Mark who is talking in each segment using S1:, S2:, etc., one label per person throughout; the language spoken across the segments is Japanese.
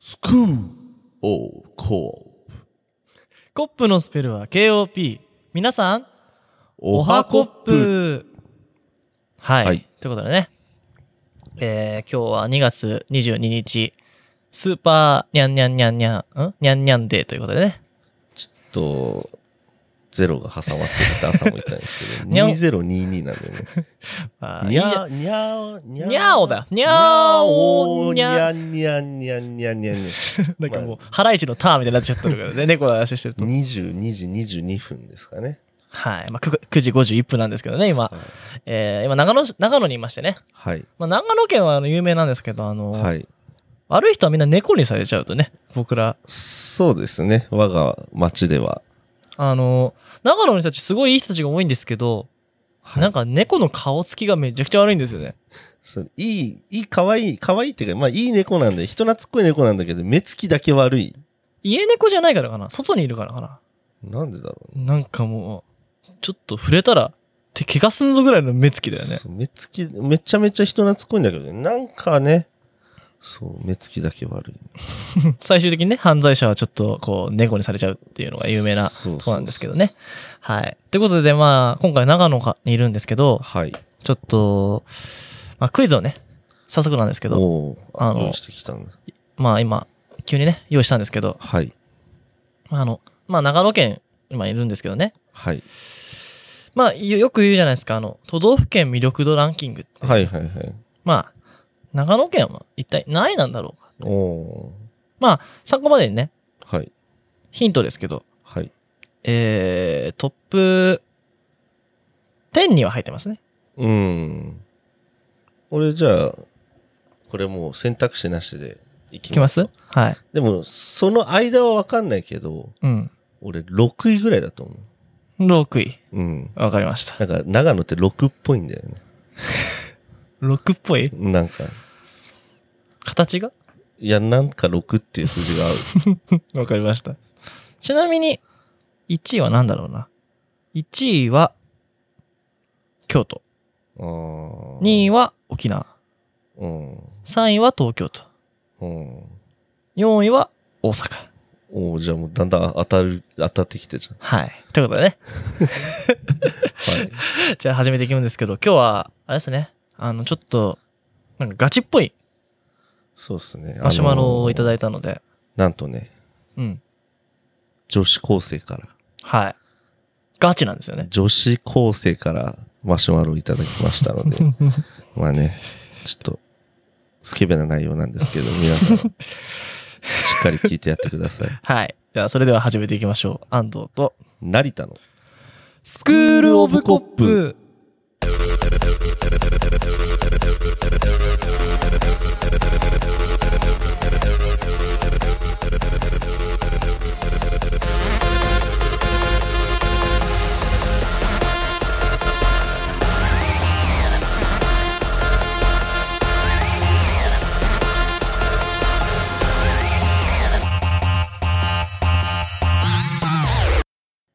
S1: スクーオーコープ
S2: コップのスペルは KOP 皆さん
S1: お
S2: はい、
S1: はい
S2: ということでね、えー今日は2月22日スーパーニャンニャンニャンニャンんニャンニャンデーということでね
S1: ちょっとゼロが挟まってるって朝も言ったんですけど
S2: にゃお
S1: 2022なんでね
S2: あー
S1: に
S2: いいじ
S1: ゃにゃおに
S2: にゃおだ
S1: にゃお
S2: に
S1: に
S2: ゃ
S1: ゃにゃにゃにゃにゃにゃ
S2: ゃん なんかもうハライチのターンみたいになっちゃってるからね猫の話してると
S1: 22時22分ですかね
S2: はい、まあ、9, 9時51分なんですけどね今、
S1: はい
S2: えー今長野市長野にいましてね、
S1: はい
S2: まあ、長野県はあの有名なんですけどあの、
S1: はい
S2: 悪い人はみんな猫にされちゃうとね僕ら
S1: そうですね我が町では
S2: あの長野の人たちすごいいい人たちが多いんですけど、
S1: はい
S2: なんか猫の顔つきがめちゃくちゃ悪いんですよね
S1: そういいいい可愛い可愛いっていうかまあいい猫なんで人懐っこい猫なんだけど目つきだけ悪い
S2: 家猫じゃないからかな外にいるからかな
S1: なんでだろう
S2: なんかもうちょっと触れたら手怪我すんぞぐらいの目つきだよ ね
S1: そう目つき、めちゃめちゃ人懐っこいんだけどね。なんかね、そう、目つきだけ悪い。
S2: 最終的にね犯罪者はちょっとこう猫にされちゃうっていうのが有名な
S1: そうそうそう
S2: とこなんですけどねはいということでまあ今回長野かにいるんですけど
S1: はい。
S2: ちょっと、まあ、クイズをね早速なんですけど
S1: おう
S2: あの
S1: 用意してきたんだ。
S2: まあ今、急にね、用意したんですけど、
S1: はい。
S2: まああの、まあ長野県、今いるんですけどね。
S1: はい。
S2: まあよよく言うじゃないですか、あの、都道府県魅力度ランキング。
S1: はいはいはい。
S2: まあ、長野県は一体何位なんだろうか。
S1: おお
S2: 参考までにね、
S1: うはい。
S2: ヒントですけど、
S1: はい。
S2: えー、トップ10には入ってますね。
S1: うーん。俺じゃあ、これもう選択肢なしでい
S2: い
S1: き
S2: き
S1: ま。
S2: ますすはい。
S1: でも、その間はわかんないけど、
S2: うん。
S1: 俺6位ぐらいだと思
S2: 6位。
S1: う。うん。
S2: わかりました。
S1: なんか、長野って6っぽいんだよね。
S2: 6っぽい
S1: なんか、
S2: 形が
S1: いや、なんか6っていう数字 が合う。
S2: わかりました。ちなみに、1位は何だろうな。1位は、京都。2
S1: 2
S2: 位は沖縄。
S1: うん。
S2: 3位は東京都。
S1: うん。
S2: 4位は大阪。
S1: おおじゃあもうだんだん当たる、当たってきてじ
S2: はい。ということでね。
S1: ゃん。 はい。
S2: じゃあ始めていくんですけど、今日は、あれですね。あの、ちょっと、なんかガチっぽい
S1: そうですね。
S2: マシュマロをいただ
S1: いて。
S2: いたので、
S1: なんとね、
S2: うん。
S1: 女子高生から、
S2: はい。ガチなんですよね。
S1: 女子高生からマシュマロをいただきました ので、まあね、ちょっと、スケベな内容なんですけど、皆 さん、しっかり聞いてやってください。
S2: はい。じゃあ、それでは始めていきましょう。安藤と、
S1: 成田の
S2: スクールオブコップ。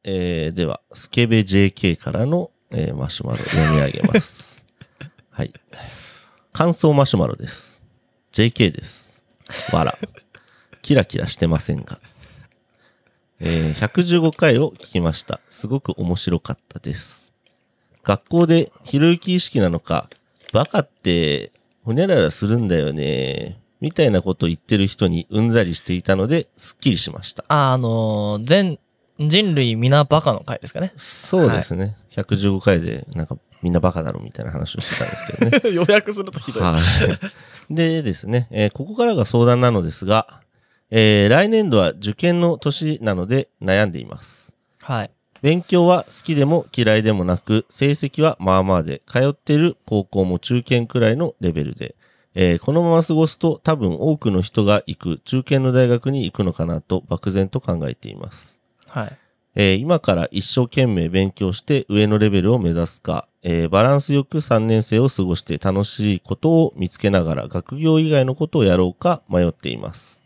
S1: えーでは、スケベ JK からの、えーマシュマロ読み上げます。はい。感想マシュマロです。JK です。わら。キラキラしてませんが。えー115回を聞きました。すごく面白かったです。学校でひろゆき意識なのか、バカって、ほにゃららするんだよね。みたいなことを言ってる人にうんざりしていたので、すっきりしました。。
S2: あのー全人類皆バカの回ですかね
S1: そうですね。115回で、なんか、みんなバカだろみたいな話をしてたんです けどね。
S2: 予約するとひどい。
S1: はい。でですね、えーここからが相談なのですが、えー来年度は受験の年なので悩んでいます。
S2: はい。
S1: 勉強は好きでも嫌いでもなく、成績はまあまあで、通っている高校も中堅くらいのレベルで、えーこのまま過ごすと多分多くの人が行く中堅の大学に行くのかなと漠然と考えています。
S2: はい。
S1: えー今から一生懸命勉強して上のレベルを目指すか、えーバランスよく3年生を過ごして楽しいことを見つけながら学業以外のことをやろうか迷っています。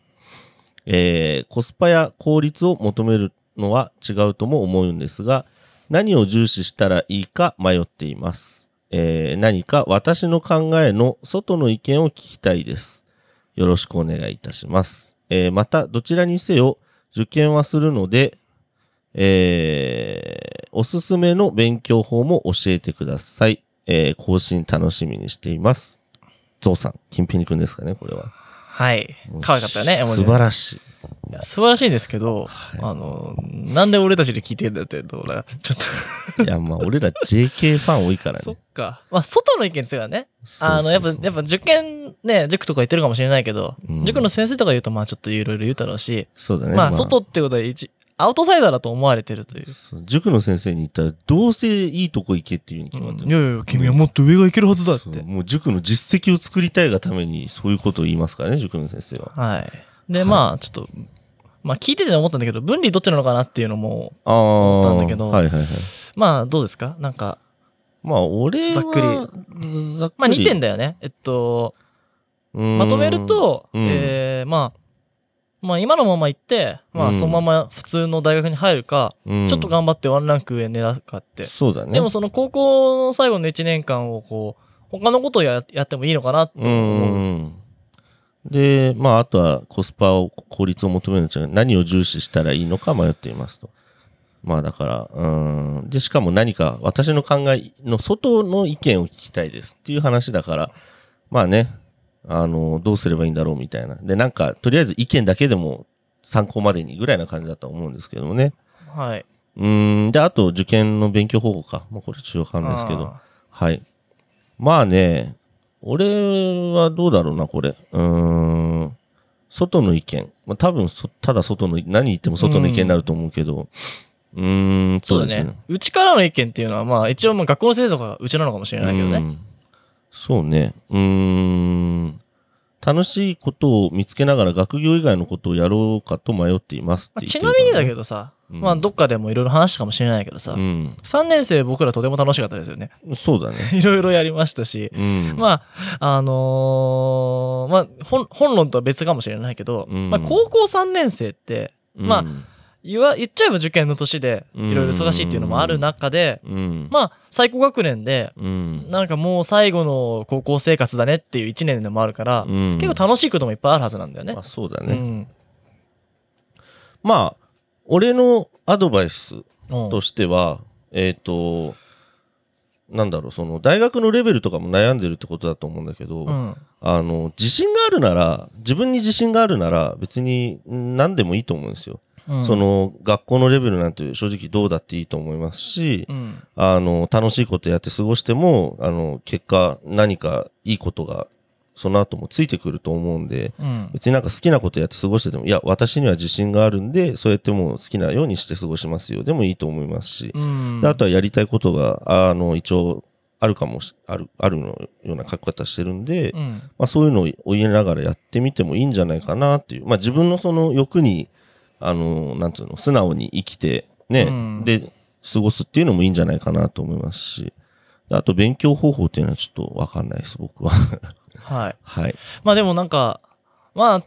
S1: えーコスパや効率を求めるのは違うとも思うんですが、何を重視したらいいか迷っています。えー何か私の考えの外の意見を聞きたいです。よろしくお願いいたします。えーまた、どちらにせよ、受験はするので、えーおすすめの勉強法も教えてください。えー更新楽しみにしています。ゾウさん、金ピニ君ですかね、これは。
S2: はい。 可愛かったよね、絵文字
S1: 素晴らしい。
S2: いや素晴らしいですけど、
S1: はい
S2: あの、なんで俺たちで聞いてんだって、どうだ、ちょっと。
S1: いや、まあ、俺ら JK ファン多いからね。
S2: そっか。まあ、外の意見ですからね。あの、やっぱ、やっ
S1: ぱ、
S2: ぱ受験ね、塾とか行ってるかもしれないけど、
S1: うん
S2: 塾の先生とか言うと、まあ、ちょっといろいろ言うだろうし、
S1: そうだね。
S2: まあ、外ってことは一、アウトサイダーだと思われてるという。
S1: そう塾の先生に言ったら、どうせいいとこ行けっていうに決まって
S2: うん
S1: る。
S2: いやいや、君はもっと上が行けるはずだっ
S1: そう
S2: て。
S1: もう塾の実績を作りたいがためにそういうことを言いますからね塾の先生は
S2: はい。で、
S1: はい
S2: まあ、ちょっと、まあ、聞いてて思ったんだけど、分離どっちなのかなっていうのも、
S1: ああ
S2: 思ったんだけど
S1: はいはいはい
S2: まあ、どうですかなんか、
S1: まあ俺は
S2: ざっく
S1: りざっくり
S2: まあ、2点だよね。えっと、ま
S1: ま
S2: とめると、
S1: うん
S2: えーまあ、まあ今のまま行って、
S1: う
S2: まあ
S1: ん
S2: そのまま普通の大学に入るか、ちょっと頑張ってワンランク上狙うかって。
S1: そうだね
S2: でもその高校の最後の1年間をこう、他のことをややってもいいのかなと
S1: う
S2: 思う。
S1: んでまああとはコスパを効率を求めるのじゃなく何を重視したらいいのか迷っていますとまあだからうんでしかも何か私の考えの外の意見を聞きたいですっていう話だからまあねあのどうすればいいんだろうみたいなでなんかとりあえず意見だけでも参考までにぐらいな感じだと思うんですけどもね
S2: はい。
S1: うんであと受験の勉強方法かもうこれ中間ですけど
S2: あ
S1: はい。まあね、俺はどうだろうな、これ。うーん。外の意見。まあ、多分そ、ただ外の、何言っても外の意見になると思うけど。うーん、
S2: ー。そう
S1: そう
S2: だ
S1: です
S2: ね
S1: ね。。
S2: うちからの意見っていうのは、まあ一応まあ学校の先生とかがうちなのかもしれないけど
S1: う
S2: ね。
S1: んそうね。うーん。楽しいことを見つけながら学業以外のことをやろうかと迷っていますっ
S2: まあ
S1: て言って
S2: ち
S1: るか
S2: な
S1: ら
S2: みにだけどさ、
S1: うん
S2: まあどっかでもいろいろ話したかもしれないけどさ、
S1: うん。
S2: 3年生僕らとても楽しかったですよね。
S1: そうだね。
S2: いろいろやりましたし、
S1: うん。あ、
S2: まあ、あのーまあ、本、本論とは別かもしれないけど、
S1: うん
S2: まあ、高校3年生って、まあ言わ、言っちゃえば受験の年で、い
S1: うん
S2: ろいろ忙しいっていうのもある中で、
S1: うん。
S2: まあ、最高学年で、
S1: うん。
S2: なんかもう最後の高校生活だねっていう1年でもあるから、
S1: うん
S2: 結構楽しいこともいっぱいあるはずなんだよね
S1: まあ、。そうだ
S2: う
S1: ね。
S2: ん。
S1: まあ、俺のアドバイス
S2: うん
S1: としては、えっ、と、なんだろう、その大学のレベルとかも悩んでるってことだと思うんだけど、
S2: うん。
S1: あの、自信があるなら、自分に自信があるなら、別にん何でもいいと思うんですよ。
S2: うん
S1: そ、の、学校のレベルなんて正直どうだっていいと思いますし、
S2: うん。
S1: あの、楽しいことやって過ごしても、あの、結果、何かいいことが、その後もついてくると思うんで、
S2: うん。
S1: 別になんか好きなことやって過ごしてても、いや、私には自信があるんで、そうやってもう好きなようにして過ごしますよ。でもいいと思いますし、
S2: うん
S1: であとはやりたいことが、あの、一応、あるかもし、ある、あるのような書き方してるんで、
S2: うん。
S1: まあそういうのを追いながらやってみてもいいんじゃないかなっていう、まあ自分のその欲に、あの、なんつうの、素直に生きて、ね、
S2: うん
S1: で、過ごすっていうのもいいんじゃないかなと思いますし、であと勉強方法っていうのはちょっとわかんないです、僕は。
S2: はい。
S1: はい。
S2: まあでもなんか、まあ、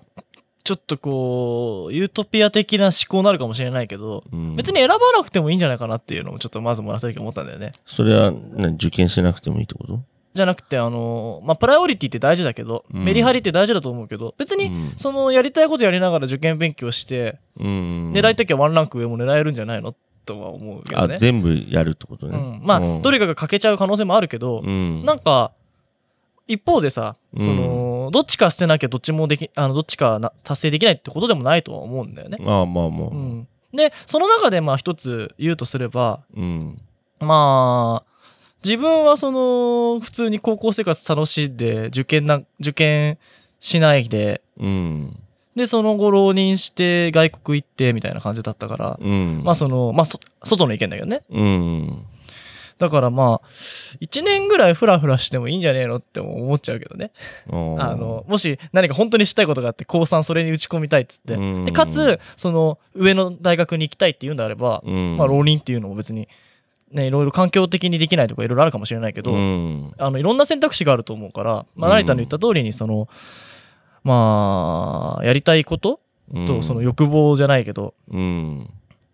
S2: ちょっとこう、ユートピア的な思考になるかもしれないけど、
S1: うん
S2: 別に選ばなくてもいいんじゃないかなっていうのもちょっとまずもらった時思ったんだよね。
S1: それは何受験しなくてもいいってこと
S2: じゃなくてあのまあプライオリティって大事だけど、
S1: うん
S2: メリハリって大事だと思うけど別に
S1: うん
S2: そのやりたいことやりながら受験勉強して、
S1: うん
S2: 狙いたきゃワンランク上も狙えるんじゃないのとは思うけど
S1: あ
S2: ね。
S1: 全部やるってこと
S2: う
S1: ね、
S2: ん、まあ、どれかが欠けちゃう可能性もあるけど
S1: う、ん
S2: なんか一方でさ、
S1: うん
S2: そのどっちか捨てなきゃどっちもできあのどっちかな達成できないってことでもないとは思うんだよね。
S1: ああまあまあ
S2: うん、でその中でまあ一つ言うとすれば
S1: うん
S2: まあ、自分はその、普通に高校生活楽しんで、受験な、受験しないで、
S1: うん
S2: で、その後浪人して外国行ってみたいな感じだったから、
S1: うん
S2: まあその、まあそ、外の意見だけどね。
S1: うん
S2: だからまあ、一年ぐらいフラフラしてもいいんじゃねえのって思っちゃうけどね。
S1: あー
S2: あの、もし何か本当にしたいことがあって、高3それに打ち込みたいっつって。
S1: うん
S2: で、かつ、その、上の大学に行きたいって言うんであれば、
S1: うん
S2: まあ浪人っていうのも別に、ね、いろいろ環境的にできないとかいろいろあるかもしれないけど、
S1: うん
S2: あのいろんな選択肢があると思うから、まあ、
S1: うん
S2: 成田の言った通りにその、まあやりたいこととその欲望じゃないけど、
S1: うん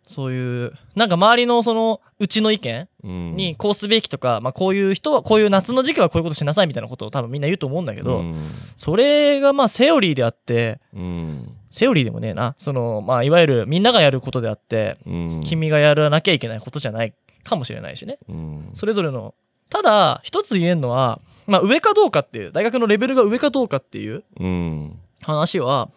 S2: そういうなんか周りのそのうちの意見
S1: うん
S2: にこうすべきとか、まあ、こういう人はこういう夏の時期はこういうことしなさいみたいなことを多分みんな言うと思うんだけど、
S1: うん
S2: それがまあセオリーであって
S1: うん
S2: セオリーでもねえな。その、まあ、いわゆるみんながやることであって、
S1: うん。
S2: 君がやらなきゃいけないことじゃないかもしれないしね。
S1: うん。
S2: それぞれの。ただ、一つ言えるのは、まあ、上かどうかっていう、大学のレベルが上かどうかっていう
S1: うん。
S2: 話は、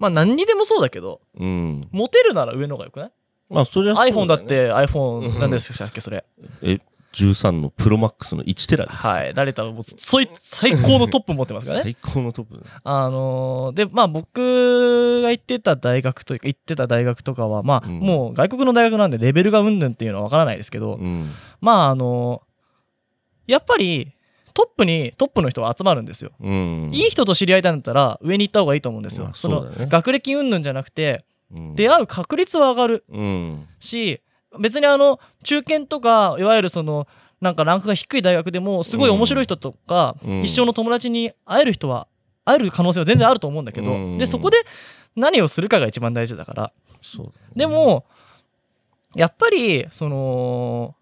S2: まあ、何にでもそうだけど、
S1: うん。
S2: モテるなら上の方がよくない
S1: まあ、それはそうよ
S2: ?iPhone
S1: ね
S2: だっ。て iPhone なんでしたっけ、それ。
S1: え、13のプロマックスの1テラです。
S2: はい。誰だもう、そい、最高のトップ持ってますからね。
S1: 最高のトップ。
S2: あのーで、まあ僕が行ってた大学というか、行ってた大学とかは、まあ、
S1: うん
S2: もう外国の大学なんでレベルがうんぬんっていうのはわからないですけど、
S1: うん。
S2: まああのーやっぱりトップにトップの人は集まるんですよ。
S1: うん。
S2: いい人と知り合いたいんだったら上に行った方がいいと思うんですよ。
S1: まあ
S2: そ
S1: そ
S2: の
S1: うだよね
S2: 学歴うんぬんじゃなくて、
S1: うん
S2: 出会う確率は上がる
S1: うん。
S2: し、別にあの、中堅とか、いわゆるその、なんかランクが低い大学でも、すごい面白い人とか、
S1: うん
S2: 一生の友達に会える人は会える可能性は全然あると思うんだけど、
S1: うん
S2: でそこで何をするかが一番大事だから
S1: そうだね
S2: で、もやっぱりその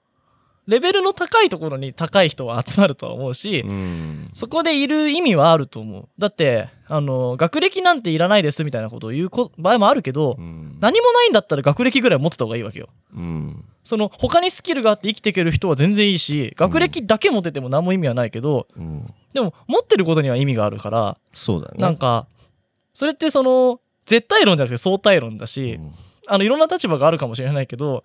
S2: レベルの高いところに高い人は集まるとは思うし、
S1: うん。
S2: そこでいる意味はあると思うだってあの学歴なんていらないですみたいなことを言うこ場合もあるけど、
S1: うん
S2: 何もないんだったら学歴ぐらい持ってた方がいいわけよ
S1: うん。
S2: その他にスキルがあって生きていける人は全然いいし学歴だけ持ってても何も意味はないけど、
S1: うん。
S2: でも持ってることには意味があるから
S1: そうだね。
S2: なんかそれってその絶対論じゃなくて相対論だし、
S1: うん
S2: あのいろんな立場があるかもしれないけど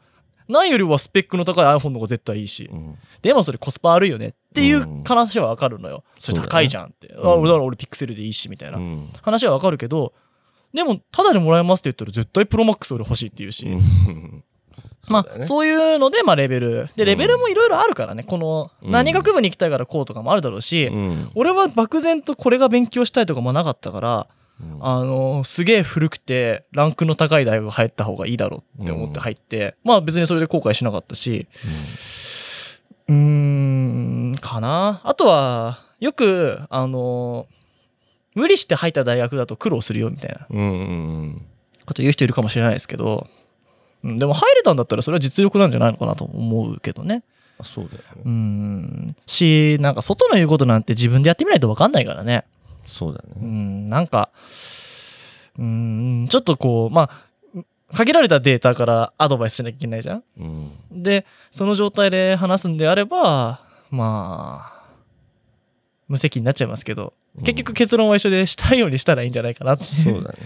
S2: ないよりはスペックの高い iPhone の方が絶対いいし、
S1: うん。
S2: でもそれコスパ悪いよねっていう
S1: うん
S2: 話はわかるのよ、それ高いじゃんって、あ
S1: うん
S2: だから俺ピクセルでいいしみたいな、
S1: うん
S2: 話はわかるけどでもタダでもらえますって言ったら絶対プロマックス俺欲しいって言うし、
S1: うん
S2: ま
S1: だよ
S2: あ
S1: ね
S2: そういうのでまあレベルでレベルもいろいろあるからねこの
S1: うん
S2: 何学部に行きたいからこうとかもあるだろうし、
S1: うん
S2: 俺は漠然とこれが勉強したいとかもなかったか
S1: う
S2: ら、
S1: ん
S2: あのすげえ古くてランクの高い大学入った方がいいだろうって思って入って、まあ別にそれで後悔しなかったしうーんかなあとはよくあの無理して入った大学だと苦労するよみたいな
S1: うんうん
S2: こと言う人いるかもしれないですけど、うん、でも入れたんだったらそれは実力なんじゃないのかなと思うけどね
S1: あそうだよ
S2: う
S1: ね
S2: んしなんか外の言うことなんて自分でやってみないと分かんないからね
S1: そうだ
S2: う
S1: ね
S2: ん、なんか、うん、ちょっとこう、まあ、限られたデータからアドバイスしなきゃいけないじゃん。
S1: うん
S2: で、その状態で話すんであれば、まあ、無責任になっちゃいますけど、結局結論は一緒でしたいようにしたらいいんじゃないかなって。
S1: そうだね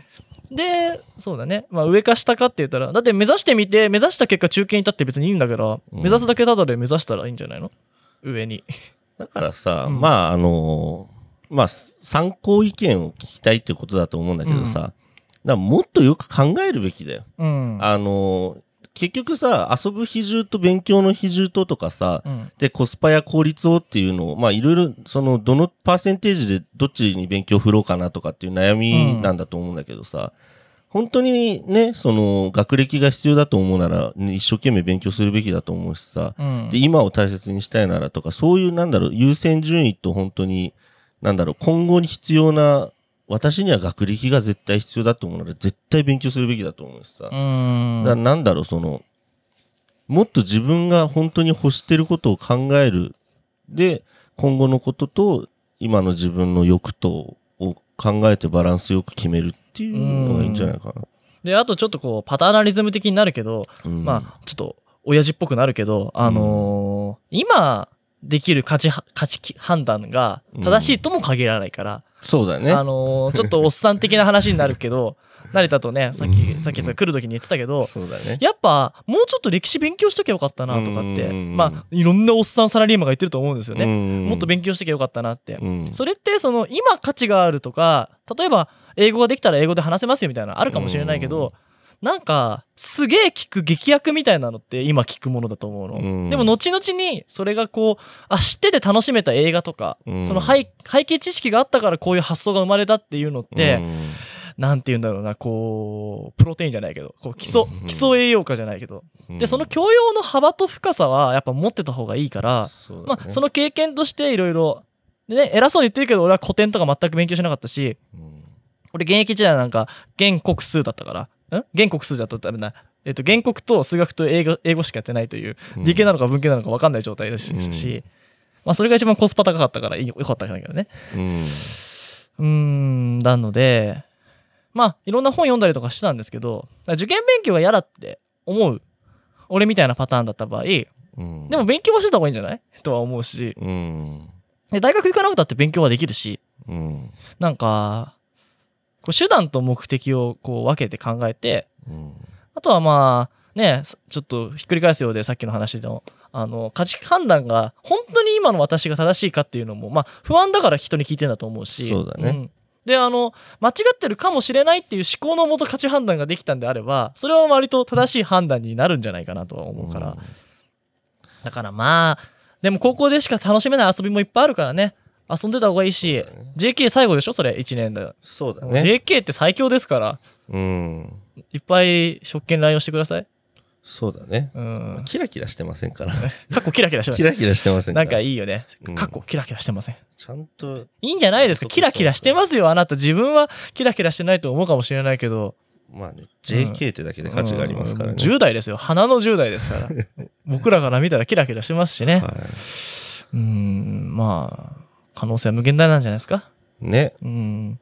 S2: で、そうだね。まあ、上か下かって言ったら、だって目指してみて、目指した結果中堅に立って別にいいんだから、
S1: うん
S2: 目指すだけただで目指したらいいんじゃないの上に。
S1: だからさ
S2: うん
S1: まああのーまあ参考意見を聞きたいってことだと思うんだけどさ
S2: う
S1: だ
S2: ん
S1: からもっとよく考えるべきだよ
S2: うん。
S1: あのー結局さ遊ぶ比重と勉強の比重ととかさ
S2: うん。
S1: でコスパや効率をっていうのをまあいろいろそのどのパーセンテージでどっちに勉強振ろうかなとかっていう悩みなんだと思うんだけどさ、本当にねその学歴が必要だと思うなら、ね一生懸命勉強するべきだと思うしさ
S2: うん。
S1: で今を大切にしたいならとかそういうなんだろう優先順位と本当になんだろう今後に必要な私には学歴が絶対必要だと思うなら絶対勉強するべきだと思うしさ、
S2: うん。
S1: だなんだろうそのもっと自分が本当に欲してることを考えるで今後のことと今の自分の欲とを考えてバランスよく決めるっていうのがいいんじゃないかな。
S2: で、あとちょっとこう、パターナリズム的になるけど、
S1: うん
S2: まあ、ちょっと、親父っぽくなるけど、あのー今、できる価値は、価値き判断が正しいとも限らないから、
S1: そうだね。
S2: あのーちょっとおっさん的な話になる けど、成田とね、さっ
S1: う
S2: き、
S1: ん
S2: さっきさ来る時に言ってたけど、
S1: そうだね。
S2: やっぱ、もうちょっと歴史勉強しときゃよかったなとかって、
S1: うん
S2: まあ、いろんなおっさんサラリーマンが言ってると思うんですよね。も
S1: も
S2: っと勉強しときゃよかったなって。
S1: うん
S2: それってその今価値があるとか例えば英語ができたら英語で話せますよみたいなのあるかもしれないけど、なんかすげえ聞く劇薬みたいなのって今聞くものだと思うの、
S1: うん
S2: でも後々にそれがこうあ知ってて楽しめた映画とか、
S1: うん
S2: その背背景知識があったからこういう発想が生まれたっていうのって、
S1: うん
S2: なんて言うんだろうなこうプロテインじゃないけどこう基礎
S1: うん
S2: 基礎栄養価じゃないけど、
S1: うん
S2: でその教養の幅と深さはやっぱ持ってた方がいいから、
S1: そうだね
S2: まあ、その経験としていろいろね偉そうに言ってるけど俺は古典とか全く勉強しなかったし
S1: うん
S2: 俺現役時代なんか原国数だったからん原国数だったらダメだえっと原国と数学と英語英語しかやってないという、
S1: うん
S2: 理系なのか文系なのか分かんない状態でし,、
S1: うん
S2: しまあそれが一番コスパ高かったからいいよかったんだけどね
S1: うん
S2: うーんなのでまあいろんな本読んだりとかしてたんですけど受験勉強が嫌だって思う俺みたいなパターンだった場合で
S1: うん。
S2: も、勉強はしてた方がいいんじゃないとは思うし
S1: うん。
S2: で大学行かなくたって勉強はできるし
S1: うん。
S2: なんかこう手段と目的をこう分けて考えて
S1: うん。
S2: あとはまあねすちょっとひっくり返すようでさっきの話のあの価値判断が本当に今の私が正しいかっていうのもまあ不安だから人に聞いてんだと思うし
S1: そうだね
S2: んであの間違ってるかもしれないっていう思考のもと価値判断ができたんであればそれは割と正しい判断になるんじゃないかなとは思うから、だからまあでも高校でしか楽しめない遊びもいっぱいあるからね遊んでた方がいいし、
S1: そうだね
S2: JK 最後でしょそれ1年だ
S1: そうだね。
S2: JK って最強ですから
S1: うん。
S2: いっぱい職権乱用してください
S1: そうだね。
S2: うん
S1: キラキラしてません から。
S2: 過去キラキラしてま
S1: キ
S2: せん
S1: ラキラしてませんか
S2: な
S1: ら。
S2: んかいいよね
S1: うん
S2: 過去キラキラしてません
S1: ちゃんと、
S2: いいんじゃないですかキラキラしてますよあなた自分はキラキラしてないと思うかもしれないけど
S1: まあね、JK ってだけで価値がありますからね。
S2: うん10代ですよ花の10代ですから 僕らから見たらキラキラしてますしね
S1: は
S2: うんまあ可能性は無限大なんじゃないですか
S1: い。ね。
S2: うん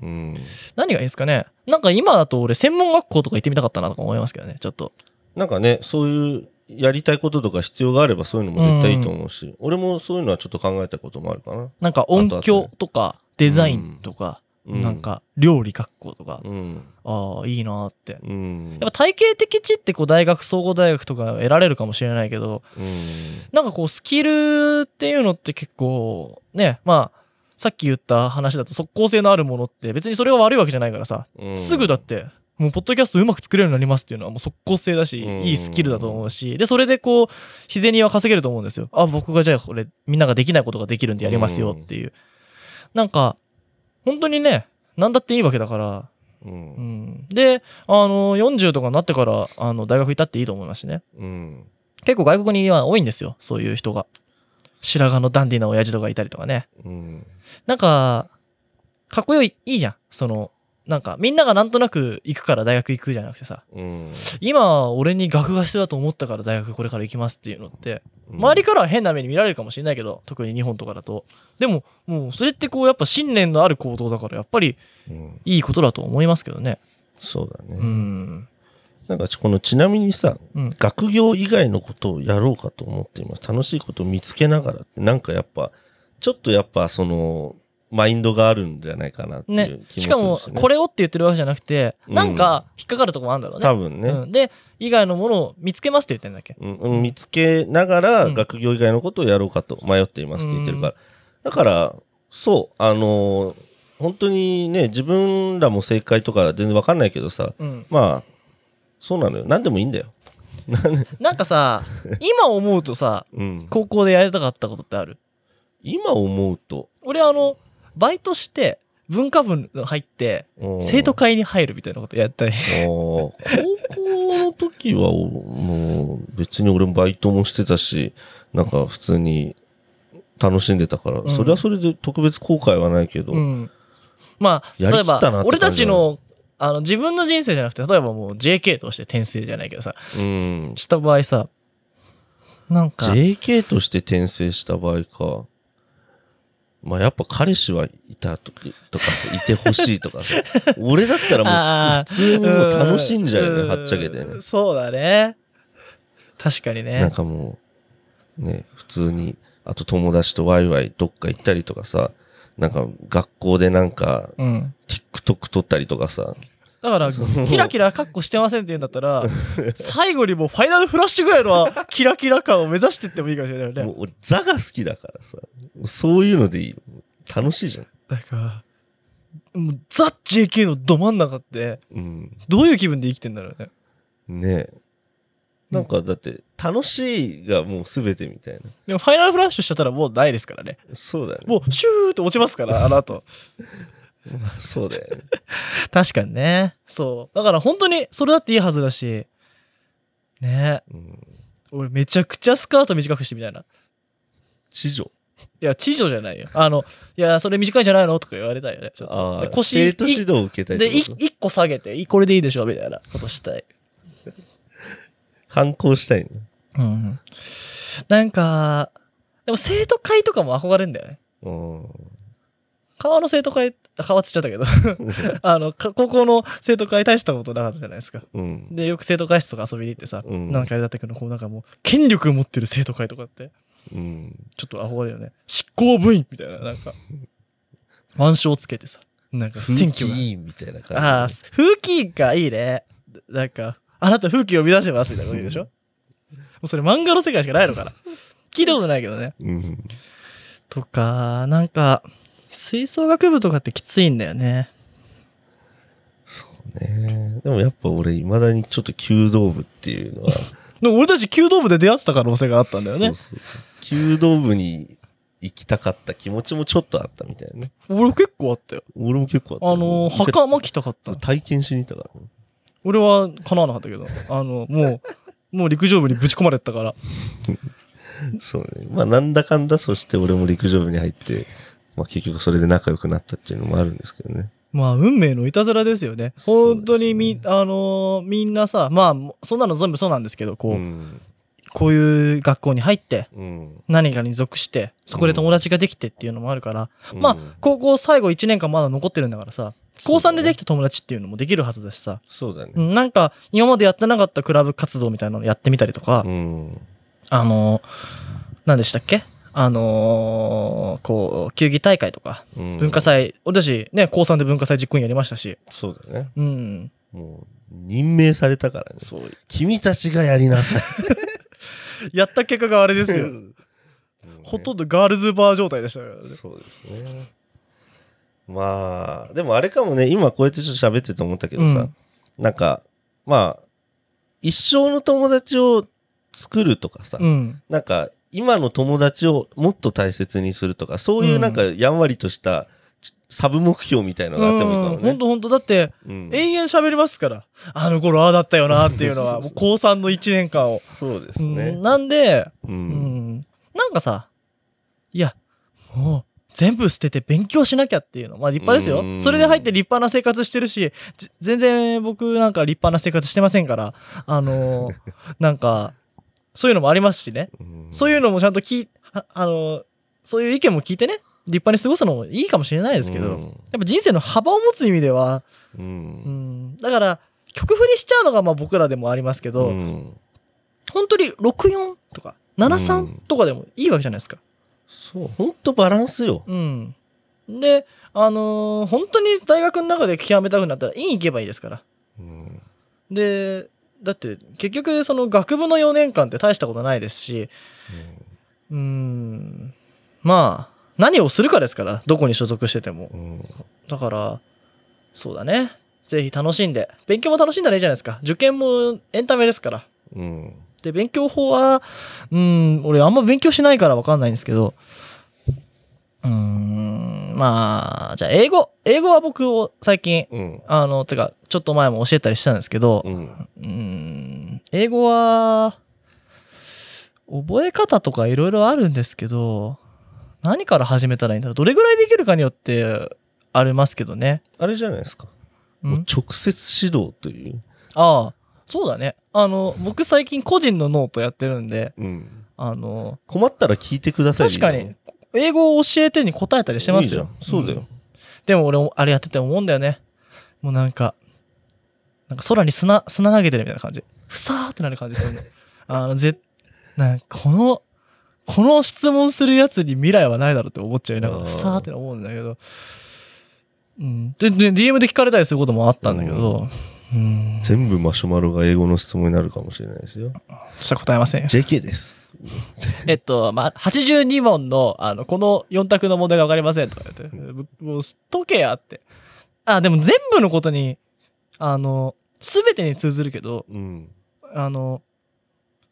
S1: うん。
S2: 何がいいですかねなんか今だと俺専門学校とか行ってみたかったなとか思いますけどねちょっと
S1: なんかね、そういう、やりたいこととか必要があればそういうのも絶対いいと思うし、俺もそういうのはちょっと考えたこともあるかな。
S2: なんか音響とかデザインとか、
S1: うん
S2: なんか料理学校とか、
S1: うん。
S2: ああいいなーって
S1: うん。
S2: やっぱ体系的知ってこう大学総合大学とか得られるかもしれないけど
S1: うん。
S2: なんかこうスキルっていうのって結構ねまあさっき言った話だと即効性のあるものって別にそれが悪いわけじゃないからさ、
S1: うん
S2: すぐだってもうポッドキャストうまく作れるようになりますっていうのはもう即効性だし、
S1: うん
S2: いいスキルだと思うしでそれでこう日銭は稼げると思うんですよあ僕がじゃあこれみんなができないことができるんでやりますよっていう、なんか本当にね何だっていいわけだから
S1: う。
S2: うんん、であの40とかになってからあの大学行ったっていいと思いますしね
S1: うん。
S2: 結構外国には多いんですよそういう人が白髪のダンディーな親父とかいたりとかね
S1: うん。
S2: なんかかっこよいいいじゃんそのなんかみんながなんとなく行くから大学行くじゃなくてさ
S1: うん。
S2: 今俺に学が必要だと思ったから大学これから行きますっていうのって周りからは変な目に見られるかもしれないけど特に日本とかだとでももうそれってこうやっぱ信念のある行動だからやっぱり
S1: うん。
S2: いいことだと思いますけどね
S1: そうだね。
S2: うん
S1: なんかちこのちなみにさ、
S2: うん
S1: 学業以外のことをやろうかと思っています。楽しいことを見つけながらって、なんかやっぱ、ちょっとやっぱその、マインドがあるんじゃないかなってい
S2: ね
S1: う、気
S2: しか
S1: も
S2: も
S1: するし、ね。
S2: これをって言ってるわけじゃなくて、
S1: うん
S2: なんか引っかかるとこもあるんだろうね。
S1: 多分ね、
S2: うん、で以外のものを見つけますって言ってんだっけ。
S1: うんうん見つけながら、
S2: うん
S1: 学業以外のことをやろうかと迷っていますって言ってるから。だから、そう、あのー本当にね、自分らも正解とか全然わかんないけどさ、
S2: うん、
S1: まあ、そうなのよ。何でもいいんだよ。
S2: なんか さ今思うとさ
S1: うん。
S2: 高校でやりたかったことってある
S1: 今思うと。
S2: 俺あのバイトして文化部の入って
S1: うん
S2: 生徒会に入るみたいなことやったり
S1: あー高校の時は、おもう、別に俺もバイトもしてたし、なんか普通に楽しんでたから、
S2: ん
S1: それはそれで特別後悔はないけど、
S2: うんまあ
S1: やり
S2: 例
S1: き
S2: え
S1: ったなって感じだ
S2: ば
S1: ね
S2: 俺たちのあの自分の人生じゃなくて例えばもう JK として転生じゃないけどさ
S1: うん
S2: した場合さなんか
S1: JK として転生した場合か、まあやっぱ彼氏はいたととかさ、いてほしいとかさ、俺だったらもう
S2: あー
S1: 普通にもう楽しんじゃうよ
S2: ん
S1: ね、はっちゃけてね
S2: うん。そうだね。確かに
S1: なん
S2: ね。
S1: かもう、ね、普通に、あと友達とワイワイどっか行ったりとかさ、なんか学校でなんか
S2: うん。
S1: TikTok 撮ったりとかさ、
S2: だから、
S1: そう
S2: キラキラカッコしてませんって言うんだっ たら、最後にもうファイナルフラッシュぐらいのキラキラ感を目指してってもいいかもしれないよ
S1: も
S2: ね
S1: う。俺ザが好きだからさ、そういうのでいいよ楽しいじゃん。
S2: なんか、もうザ・ JK のど真ん中って、
S1: うん。
S2: どういう気分で生きてんだろうね。
S1: ねえ。なんかだって、楽しいがもう全てみたいな。
S2: でもファイナルフラッシュしちゃったらもうないですからね。
S1: そうだね。
S2: もうシューって落ちますから、あの後。
S1: まあそうだよね。
S2: 確かにね。そう。だから本当にそれだっていいはずだし、ね
S1: うん。
S2: 俺めちゃくちゃスカート短くしてみたいな。
S1: 地女。
S2: いや、知女じゃないよ。あの、いや、それ短いんじゃないのとか言われたよね。ちょっと。
S1: あ
S2: で
S1: あ、生徒指
S2: い
S1: 導を受けた
S2: で、い
S1: りとか。
S2: 一個下げて、いこれでいいでしょみたいなことしたい。
S1: 反抗したいの。
S2: うん。なんか、でも生徒会とかも憧れんだよね。
S1: うん。
S2: 川の生徒会、変わっちゃったけど あのか高校の生徒会大したことなかったじゃないですか
S1: うん。
S2: でよく生徒会室とか遊びに行ってさ、
S1: うん
S2: なんかあれだったけどこうなんかもう権力を持ってる生徒会とかって
S1: うん。
S2: ちょっと憧れるよね執行部員みたいななんか腕章つけてさなんか選挙が
S1: 雰囲気いいみたいな感じ。
S2: ああー風紀がいいねなんかあなた風紀を乱してますみたいなこと言うでしょもうそれ漫画の世界しかないのかな聞いたことないけどね
S1: うん。
S2: とかなんか吹奏楽部とかってきついんだよね
S1: そうね。でもやっぱ俺、いまだにちょっと弓道部っていうのは。
S2: でも俺たち弓道部で出会ってた可能性があったんだよね
S1: そうそうそう弓道部に行きたかった気持ちもちょっとあったみたいなね。
S2: 俺結構あったよ
S1: 俺も結構あった。
S2: あの
S1: 一回
S2: 袴着たかった
S1: 体験しに行ったからね。
S2: 俺は叶わなかったけど あのもうもう陸上部にぶち込まれてたから
S1: そうね。まあ、なんだかんだ、そして俺も陸上部に入って、まあ、結局それで仲良くなったっていうのもあるんですけどね。
S2: まあ運命のいたずらですよね
S1: そうですね
S2: 本当にみ,、あのーみんなさまあそんなの全部そうなんですけどこう、
S1: ん。
S2: こういう学校に入って
S1: うん。
S2: 何かに属してそこで友達ができてっていうのもあるから、ま
S1: う
S2: あ
S1: ん
S2: 高校最後1年間まだ残ってるんだからさ高3ででき
S1: き
S2: た友達っていうのもできるはずだしさ、
S1: そうだね。
S2: うんなんか今までやってなかったクラブ活動みたいなのやってみたりとか、
S1: うん。
S2: あのー何でしたっけあのーこう球技大会とか
S1: うん
S2: 文化。祭、俺たちね高3で文化祭実行委員やりましたし
S1: そうだね。
S2: うん
S1: もう、任命されたからね。
S2: そう
S1: 君たちがやりなさい。
S2: やった結果があれです よ
S1: もうね
S2: ほとんどガールズバー状態でしたからね
S1: そうですね。まあ、でもあれかもね、今こうやってちょっと喋ってて思ったけどさ、なんか、まあ、一生の友達を作るとかさ、
S2: うん
S1: なんか、今の友達をもっと大切にするとか、そういうなんか、やんわりとした、ちサブ目標みたいなのがあってもいいかもね。
S2: 本当本当だって
S1: うん
S2: 永遠喋りますからあの頃ああだったよなっていう
S1: そ
S2: のは
S1: う
S2: も
S1: そう
S2: う
S1: そう
S2: 高3の1年間を、
S1: そうです
S2: うん
S1: ね。
S2: なんで、
S1: う。
S2: うんん、なんかさいやもう全部捨てて勉強しなきゃっていうのまあ立派です
S1: う
S2: よ
S1: ん
S2: それで入って立派な生活してるしぜ全然僕なんか立派な生活してませんからあ のーなんかそういうのもありますしねそういう
S1: の
S2: のもちゃんと聞いああの、そういう意見も聞いてね、立派に過ごすのもいいかもしれないですけど、やっ。ぱ人生の幅を持つ意味では、
S1: う。
S2: うんん、だから、曲振りしちゃうのがまあ僕らでもありますけど、
S1: うん
S2: 本当に64とか
S1: う
S2: 73
S1: ん
S2: とかでもいいわけじゃないですか。
S1: そう、ほんとバランスよ。
S2: うん。で、あのー本当に大学の中で極めたくなったら、院行けばいいですから。
S1: うん。
S2: で、だって結局その学部の4年間って大したことないですし、うーんまあ何をするかですからどこに所属してても
S1: うん。うん
S2: だからそうだねぜひ楽しんで勉強も楽しんだらいいじゃないですか受験もエンタメですから
S1: うん。
S2: で勉強法はうーん俺あんま勉強しないから分かんないんですけどうーんまあじゃあ英語英語は僕を最近
S1: うん。
S2: あのてかちょっと前も教えたりしたんですけど
S1: うん。
S2: うーん英語は覚え方とかいろいろあるんですけど何から始めたらいいんだろうどれぐらいできるかによってありますけどね、
S1: あれじゃないですか。
S2: うん
S1: もう直接指導という。
S2: ああそうだねあの僕最近個人のノートやってるんで
S1: うん。
S2: あの
S1: 困ったら聞いてくださいでい
S2: 確
S1: いよ。
S2: かに英語を教えてに答えたりしてますよ
S1: いいじゃんそうだ
S2: ん
S1: よ。
S2: でも俺あれやってて思うんだよねもうなんかなんか空に砂砂投げてるみたいな感じふさーってなる感 じするのあのぜなんかこのこの質問するやつに未来はないだろうって思っちゃいな
S1: あ
S2: がら
S1: ー
S2: ふさーって思うんだけどうんでで DM で聞かれたりすることもあったんだけどうん
S1: 全部マシュマロが英語の質問になるかもしれないですよ。
S2: そしたら答えませんよ
S1: JK です。
S2: えっと、まあ、82問の、あの、この4択の問題が分かりませんとか言って、もうもう知っとけやって。あ、でも全部のことに、あの、すべてに通ずるけど、
S1: うん。
S2: あの、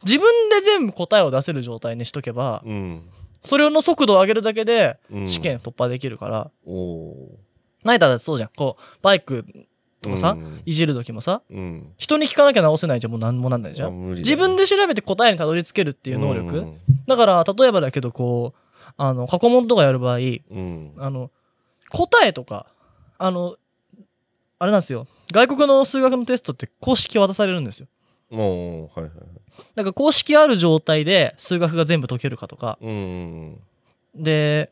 S2: 自分で全部答えを出せる状態にしとけば、
S1: うん。
S2: それの速度を上げるだけで
S1: うん
S2: 試験。突破できるから、
S1: おお
S2: ナイターだってそうじゃん。こう、バイク
S1: ー。
S2: とかさ、
S1: うん
S2: いじるときもさ、
S1: うん。
S2: 人に聞かなきゃ直せないじゃん、もう何もなんないじゃ
S1: あ
S2: ん。
S1: 無理だ
S2: 自分で調べて答えにたどり着けるっていう能力、
S1: うん
S2: だから例えばだけどこうあの過去問とかやる場合
S1: うん。
S2: あの答えとかあのあれなんですよ外国の数学のテストって公式渡されるんですよ
S1: もう、はいはいはい。
S2: だから公式ある状態で数学が全部解けるかとか
S1: うん。
S2: で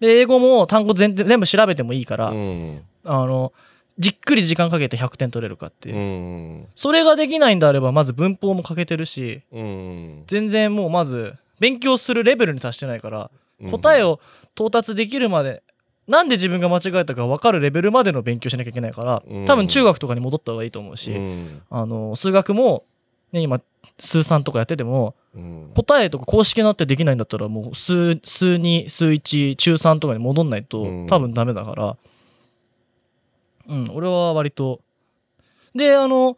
S2: で英語も単語全然全部調べてもいいから、
S1: うん
S2: あのじっくり時間かけて100点取れるかっていうう、
S1: ん
S2: それができないんであればまず文法も欠けてるし
S1: うん
S2: 全然もうまず勉強するレベルに達してないから
S1: うん
S2: 答えを到達できるまでなんで自分が間違えたか分かるレベルまでの勉強しなきゃいけないから
S1: うん
S2: 多分中学とかに戻った方がいいと思うし、
S1: うん
S2: あの数学も、ね、今数3とかやってても
S1: うん
S2: 答えとか公式になってできないんだったらもう数数2数1中3とかに戻んないと
S1: うん
S2: 多分ダメだからうん俺は割とであの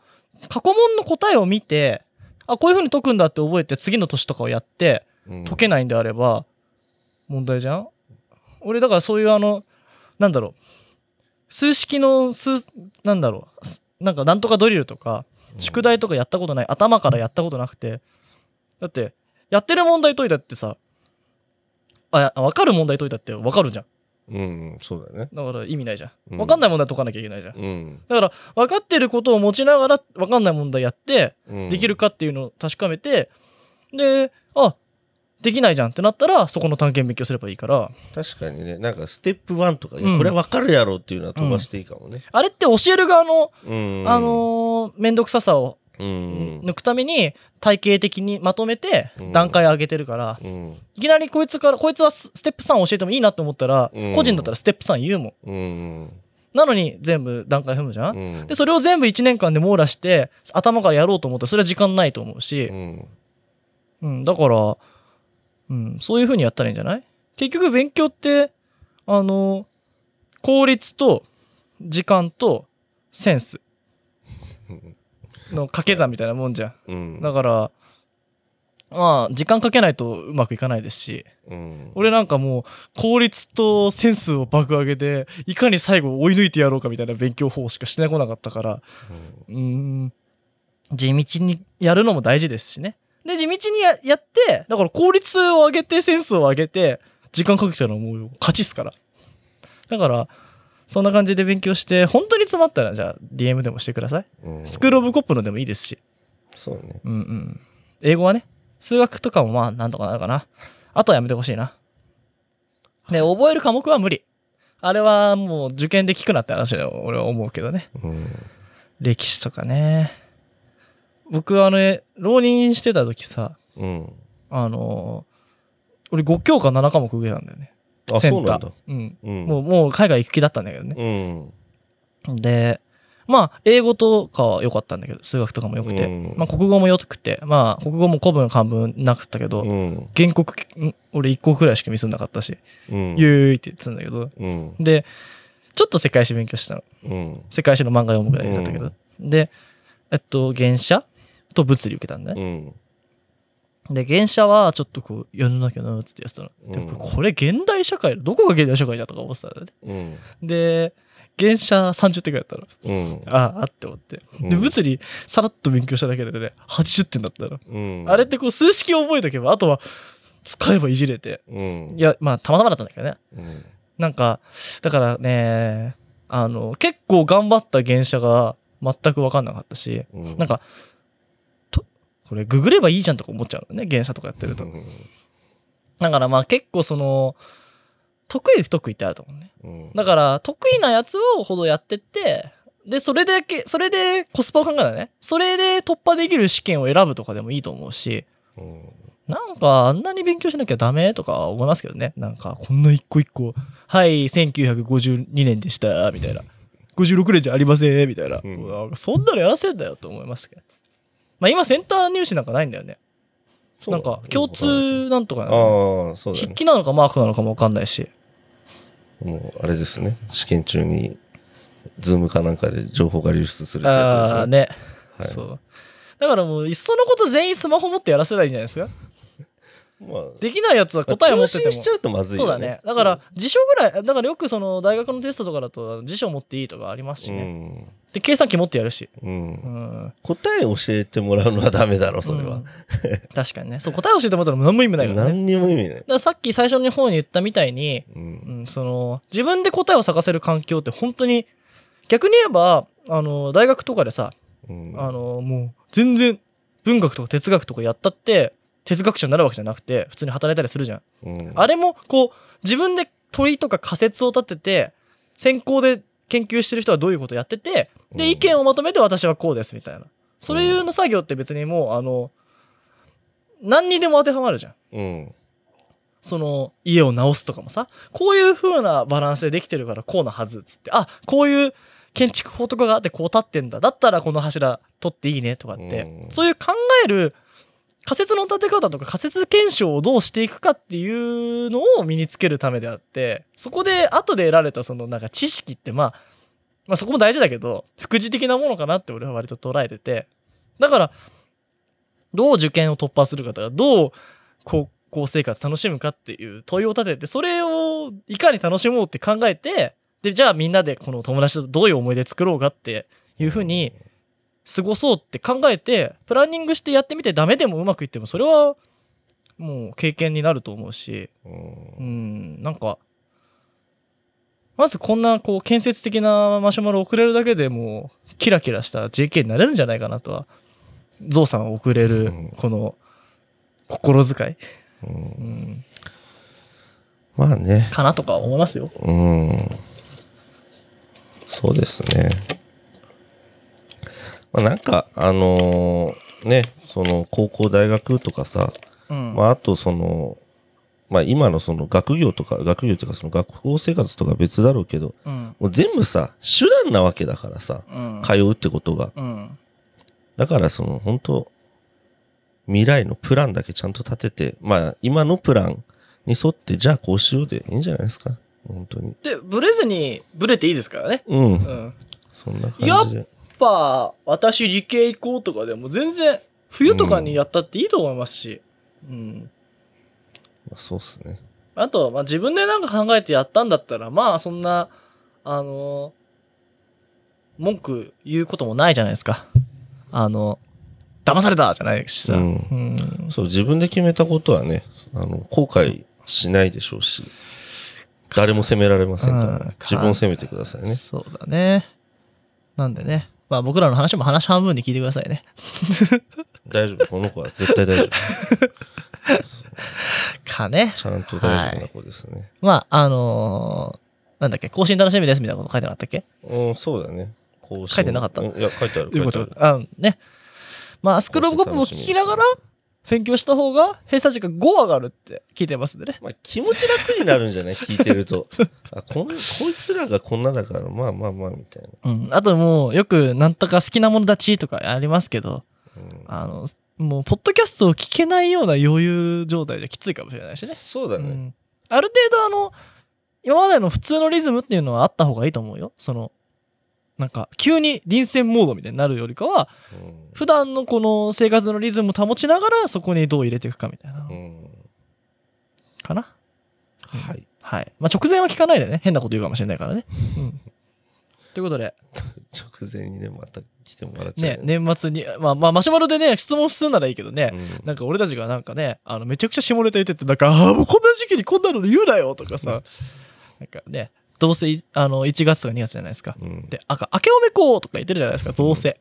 S2: 過去問の答えを見てあこういう風に解くんだって覚えて次の年とかをやって
S1: うん
S2: 解けないんであれば問題じゃん俺だからそういうあのなんだろう数式の数なんだろうすなんかなんとかドリルとか
S1: うん
S2: 宿題とかやったことない頭からやったことなくてだってやってる問題解いたってさあ分かる問題解いたって分かるじゃん
S1: うんそうだよね
S2: だから意味ないじゃ
S1: うん
S2: ん分かんない問題解かなきゃいけないじゃん
S1: うん
S2: だから分かってることを持ちながら分かんない問題やって
S1: うん
S2: できるかっていうのを確かめてであできないじゃんってなったらそこの探検勉強すればいいから
S1: 確かにねなんかステップ1とか、い
S2: うん
S1: やこれわかるやろっていうのは飛ばしていいかもね、
S2: あれって教える側の、
S1: うん
S2: あのー、面倒くささを
S1: うん
S2: 抜くために体系的にまとめて
S1: うん
S2: 段階上げてるから、
S1: うん
S2: いきなりこいつから、こいつはスステップ3教えてもいいなって思ったら、
S1: うん
S2: 個人だったらステップ3言うもん。
S1: うん
S2: なのに全部段階踏むじゃん、
S1: うん
S2: で、それを全部1年間で網羅して、頭からやろうと思ったら、それは時間ないと思うし
S1: う、ん
S2: うん、だから、うん、そういう風にやったらいいんじゃない結局勉強って、あの、効率と時間とセンスの掛け算みたいなもんじゃ
S1: うん
S2: ん。だから、まあ、時間かけないとうまくいかないですし、
S1: うん
S2: 俺なんかもう効率とセンスを爆上げでいかに最後追い抜いてやろうかみたいな勉強法しかしてこなかったからうーん地道にやるのも大事ですしねで地道にややってだから効率を上げてセンスを上げて時間かけたらもう勝ちっすからだからそんな感じで勉強して本当に詰まったらじゃあ DM でもしてください
S1: うん
S2: スクール・オブ・コップのでもいいですし
S1: そうね
S2: うんうん英語はね数学とかもまあなんとかなるかなあとはやめてほしいなで覚える科目は無理あれはもう受験で聞くなって話だよ俺は思うけどね
S1: うん
S2: 歴史とかね僕あのね浪人してた時さ
S1: うん
S2: あのー俺5教科7科目上なんだよね
S1: あ
S2: セン
S1: そう
S2: タ
S1: なんだ
S2: ーうん
S1: うん
S2: もうもう海外行く気だったんだけどね
S1: うん
S2: でまあ英語とかは良かったんだけど数学とかも良くて、
S1: うん
S2: まあ国語も良くてまあ国語も古文漢文なくったけど、
S1: うん
S2: 原告ん俺1個くらいしかミスんなかったし、
S1: うん
S2: ゆーいって言ってたんだけど
S1: うん
S2: でちょっと世界史勉強してたの
S1: うん
S2: 世界史の漫画読むぐらいだったけど、でえっと原写と物理受けたんだ
S1: う
S2: ね、
S1: ん
S2: で原写はちょっとこう読んなきゃなーっつってやってたの、で
S1: うん
S2: もこれ現代社会どこが現代社会だとか思ってたんだね
S1: うん
S2: で原写30点ぐらいだったの
S1: うん
S2: あああって思ってで
S1: うん
S2: 物理さらっと勉強しただけでね80点だったの、
S1: うん
S2: あれってこう数式を覚えとけばあとは使えばいじれて
S1: うん
S2: いやまあたまたまだったんだけどね
S1: うん
S2: なんか、だからね、あの、結構頑張った原車が全く分かんなかったし、
S1: うん
S2: なんか、と、これググればいいじゃんとか思っちゃうのね、原車とかやってる
S1: う
S2: と。
S1: ん
S2: だからまあ結構その、得意不得意ってあると思うね。
S1: うん
S2: だから、得意なやつをほどやってって、で、それだけ、それでコスパを考えたらね、それで突破できる試験を選ぶとかでもいいと思うし、
S1: うん
S2: なんかあんなに勉強しなきゃダメとか思いますけどね。なんかこんな一個一個、はい、1952年でした、みたいな。56年じゃありません、みたいな。
S1: うん
S2: うわそんなのやらせんだよと思いますけど。まあ今センター入試なんかないんだよね。
S1: そう
S2: なんか共通なんとかなの
S1: ああそうだ
S2: 筆
S1: ね
S2: 記なのかマークなのかもわかんないし。
S1: もうあれですね試験中にズームかなんかで情報が流出するってやつ
S2: ああー
S1: ですね
S2: ね、
S1: はい
S2: そう。だからもういっそのこと全員スマホ持ってやらせないいんじゃないですか。
S1: まあ
S2: できないやつは答え持ってても。
S1: 通信しちゃうとまずい
S2: そう
S1: よ
S2: だ
S1: ね
S2: ね。だから、辞書ぐらい、だからよくその大学のテストとかだと辞書持っていいとかありますし
S1: う
S2: ね。
S1: ん
S2: で、計算機持ってやるし。
S1: う
S2: うんん。
S1: 答え教えてもらうのはダメだろそれ
S2: う
S1: は
S2: ん。確かにね。そう、答え教えてもらったら何も意味ないからね。だか
S1: 何にも意味ない
S2: らさっき最初の方に言ったみたいに、
S1: う
S2: うんん、その、自分で答えを探せる環境って本当に、逆に言えば、あの、大学とかでさ、
S1: うん
S2: あの、もう、全然、文学とか哲学とかやったって、哲学者になるわけじゃなくて、普通に働いたりするじゃん。
S1: うん
S2: あれもこう自分で問いとか仮説を立てて先行で研究してる人はどういうことやってて
S1: うん
S2: で意見をまとめて私はこうですみたいなそういうの作業って別にもうあの何にでも当てはまるじゃん
S1: うん。
S2: その家を直すとかもさこういう風なバランスでできてるからこうなはずっつってあこういう建築法とかがあってこう立ってんだだったらこの柱取っていいねとかって、
S1: うん
S2: そういう考える仮説の立て方とか仮説検証をどうしていくかっていうのを身につけるためであってそこで後で得られたそのなんか知識ってまあまあそこも大事だけど副次的なものかなって俺は割と捉えててだからどう受験を突破するかとかどう高校生活楽しむかっていう問いを立ててそれをいかに楽しもうって考えてでじゃあみんなでこの友達とどういう思い出作ろうかっていうふうに過ごそうって考えてプランニングしてやってみてダメでもうまくいってもそれはもう経験になると思うし
S1: う。
S2: うんんなんかまずこんなこう建設的なマシュマロを送れるだけでもうキラキラした JK になれるんじゃないかなとはゾウさんを送れ
S1: う
S2: る
S1: ん
S2: この心遣い、
S1: うん
S2: うん、
S1: まあね。
S2: かなとか思いますよ。
S1: うん。そうですね。まあなんか、あのーね、その高校、大学とかさ、
S2: うん
S1: まあ、あとその、まあ、今のその学業とか、学業というかその学校生活とか別だろうけど、
S2: うん
S1: もう全部さ、手段なわけだからさ、
S2: うん
S1: 通うってことが。
S2: うん
S1: だからその、本当未来のプランだけちゃんと立てて、まあ、今のプランに沿って、じゃあこうしようでいいんじゃないですか。本当に。
S2: でブレずにブレていいですからね。
S1: う。
S2: うんん
S1: そんな感じで。
S2: やっぱ私理系行こうとかでも全然冬とかにやったっていいと思いますし、うん
S1: まあ、そうっすね。
S2: あとはまあ自分でなんか考えてやったんだったらまあそんなあの文句言うこともないじゃないですかあの騙されたじゃないしさ、
S1: うん
S2: ん
S1: そう、自分で決めたことはね、あの、後悔しないでしょうし、誰も責められませんか
S2: うん
S1: ら、自分を責めてくださいね。
S2: そうだねなんでねまあ僕らの話も話半分で聞いてくださいね
S1: 大丈夫、この子は絶対大 丈夫。
S2: かね
S1: ちゃんと大丈夫な子ですね。
S2: まああのーなんだっけ更新楽しみですみたいなこと書いてなかったっけ
S1: うん、そうだね。更新
S2: 書いてなかった
S1: うんいや、書いてある。
S2: というこ
S1: 書
S2: と
S1: てある
S2: あね。まあ、スクロールコップも聞きながら勉強した方が偏差値が5上がるって聞いてますんでね。
S1: まあ、気持ち楽になるんじゃ ない聞いてると。あこん、こいつらがこんなだから、まあまあまあ、みたいな。
S2: うん。あともう、よくなんとか好きなもの立ちとかありますけど、
S1: うん
S2: あの、もう、ポッドキャストを聞けないような余裕状態じゃきついかもしれないしね。
S1: そうだ
S2: う
S1: ね。
S2: ん。ある程度、あの、今までの普通のリズムっていうのはあった方がいいと思うよ。その、なんか、急に臨戦モードみたいになるよりかは、
S1: うん
S2: 普段のこの生活のリズムを保ちながら、そこにどう入れていくかみたいな
S1: う
S2: の
S1: ん
S2: かな。
S1: はい。
S2: はい。まあ、直前は聞かないでね、変なこと言うかもしれないか らね。うん。ということで、
S1: 直前にね、また来てもらっちゃう
S2: ね、。年末に、まあ、まあ、マシュマロでね、質問するならいいけどね、
S1: うん
S2: なんか俺たちがなんかね、あの、めちゃくちゃ下ネタ言ってて、なんか、ああ、もうこんな時期にこんなの言うなよとかさ、なんかね、どうせい、あの、1月とか2月じゃないですか。
S1: うん
S2: で、赤、明けおめこうとか言ってるじゃないですか、どうせ。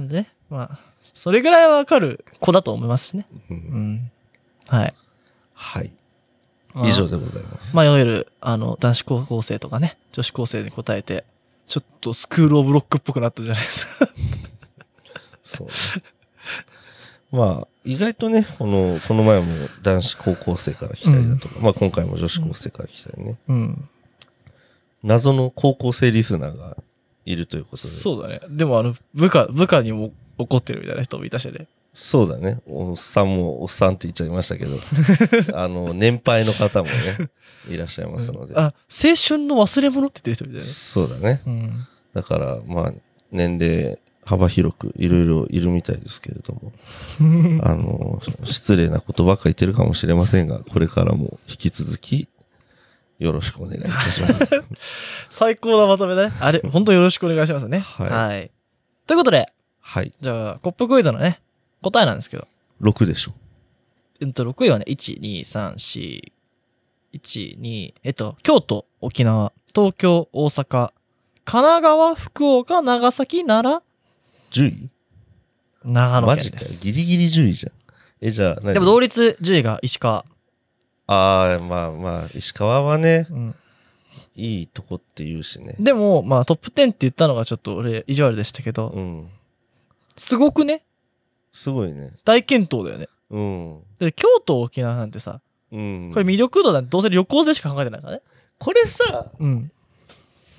S2: んでね、まあ、それぐらいはわかる子だと思いますしね。
S1: う
S2: うんん。はい。
S1: はい。
S2: まあ
S1: 以上でございます。
S2: まあ、いわゆる、あの、男子高校生とかね、女子高生に答えて、ちょっとスクールオブロックっぽくなったじゃないですか。
S1: そうね。 まあ、意外とね、この、この前も男子高校生から来たりだとか、まあ今回も女子高生から来たりね、
S2: うん。
S1: 謎の高校生リスナーがいるということで。
S2: そうだね。でも、あの、部下、部下にも怒ってるみたいな人もいたしね。
S1: そうだね。おっさんもおっさんって言っちゃいましたけど、 あの、年配の方もね、いらっしゃいますので。
S2: あ、青春の忘れ物って言ってる人みたい
S1: そうだね。
S2: なね。
S1: だから、まあ、年齢幅広くいろいろいるみたいですけれど も、
S2: うん。
S1: あの、失礼なことばっか言ってるかもしれませんが、これからも引き続き、よろしくお願いいたし ます。
S2: 最高なまとめだね。あれ、本当よろしくお願いしますね。
S1: はい
S2: はい。ということで、
S1: はい。
S2: じゃあ、コップクイズのね、答えなんですけど、
S1: 6でしょ。
S2: うんと、6位はね、1、2、3、4、1、2、えっと、京都、沖縄、東京、大阪、神奈川、福岡、長崎、奈
S1: 10位
S2: 良、長野
S1: マジ
S2: 県で
S1: かよ
S2: す。
S1: ギリギリ10位じゃん。え、じゃあ何、
S2: でも同率10位が石川。
S1: ああ、まあまあ、石川はね、
S2: うん、
S1: いいとこって言うしね。
S2: でも、まあ、トップ10って言ったのがちょっと俺、意地悪でしたけど、
S1: うん。
S2: すごくね、
S1: すごいね。
S2: 大健闘だよね。
S1: うん。
S2: で京都、沖縄なんてさ、
S1: うん。
S2: これ魅力度なんてどうせ旅行でしか考えてないからね。
S1: これさ、
S2: うん。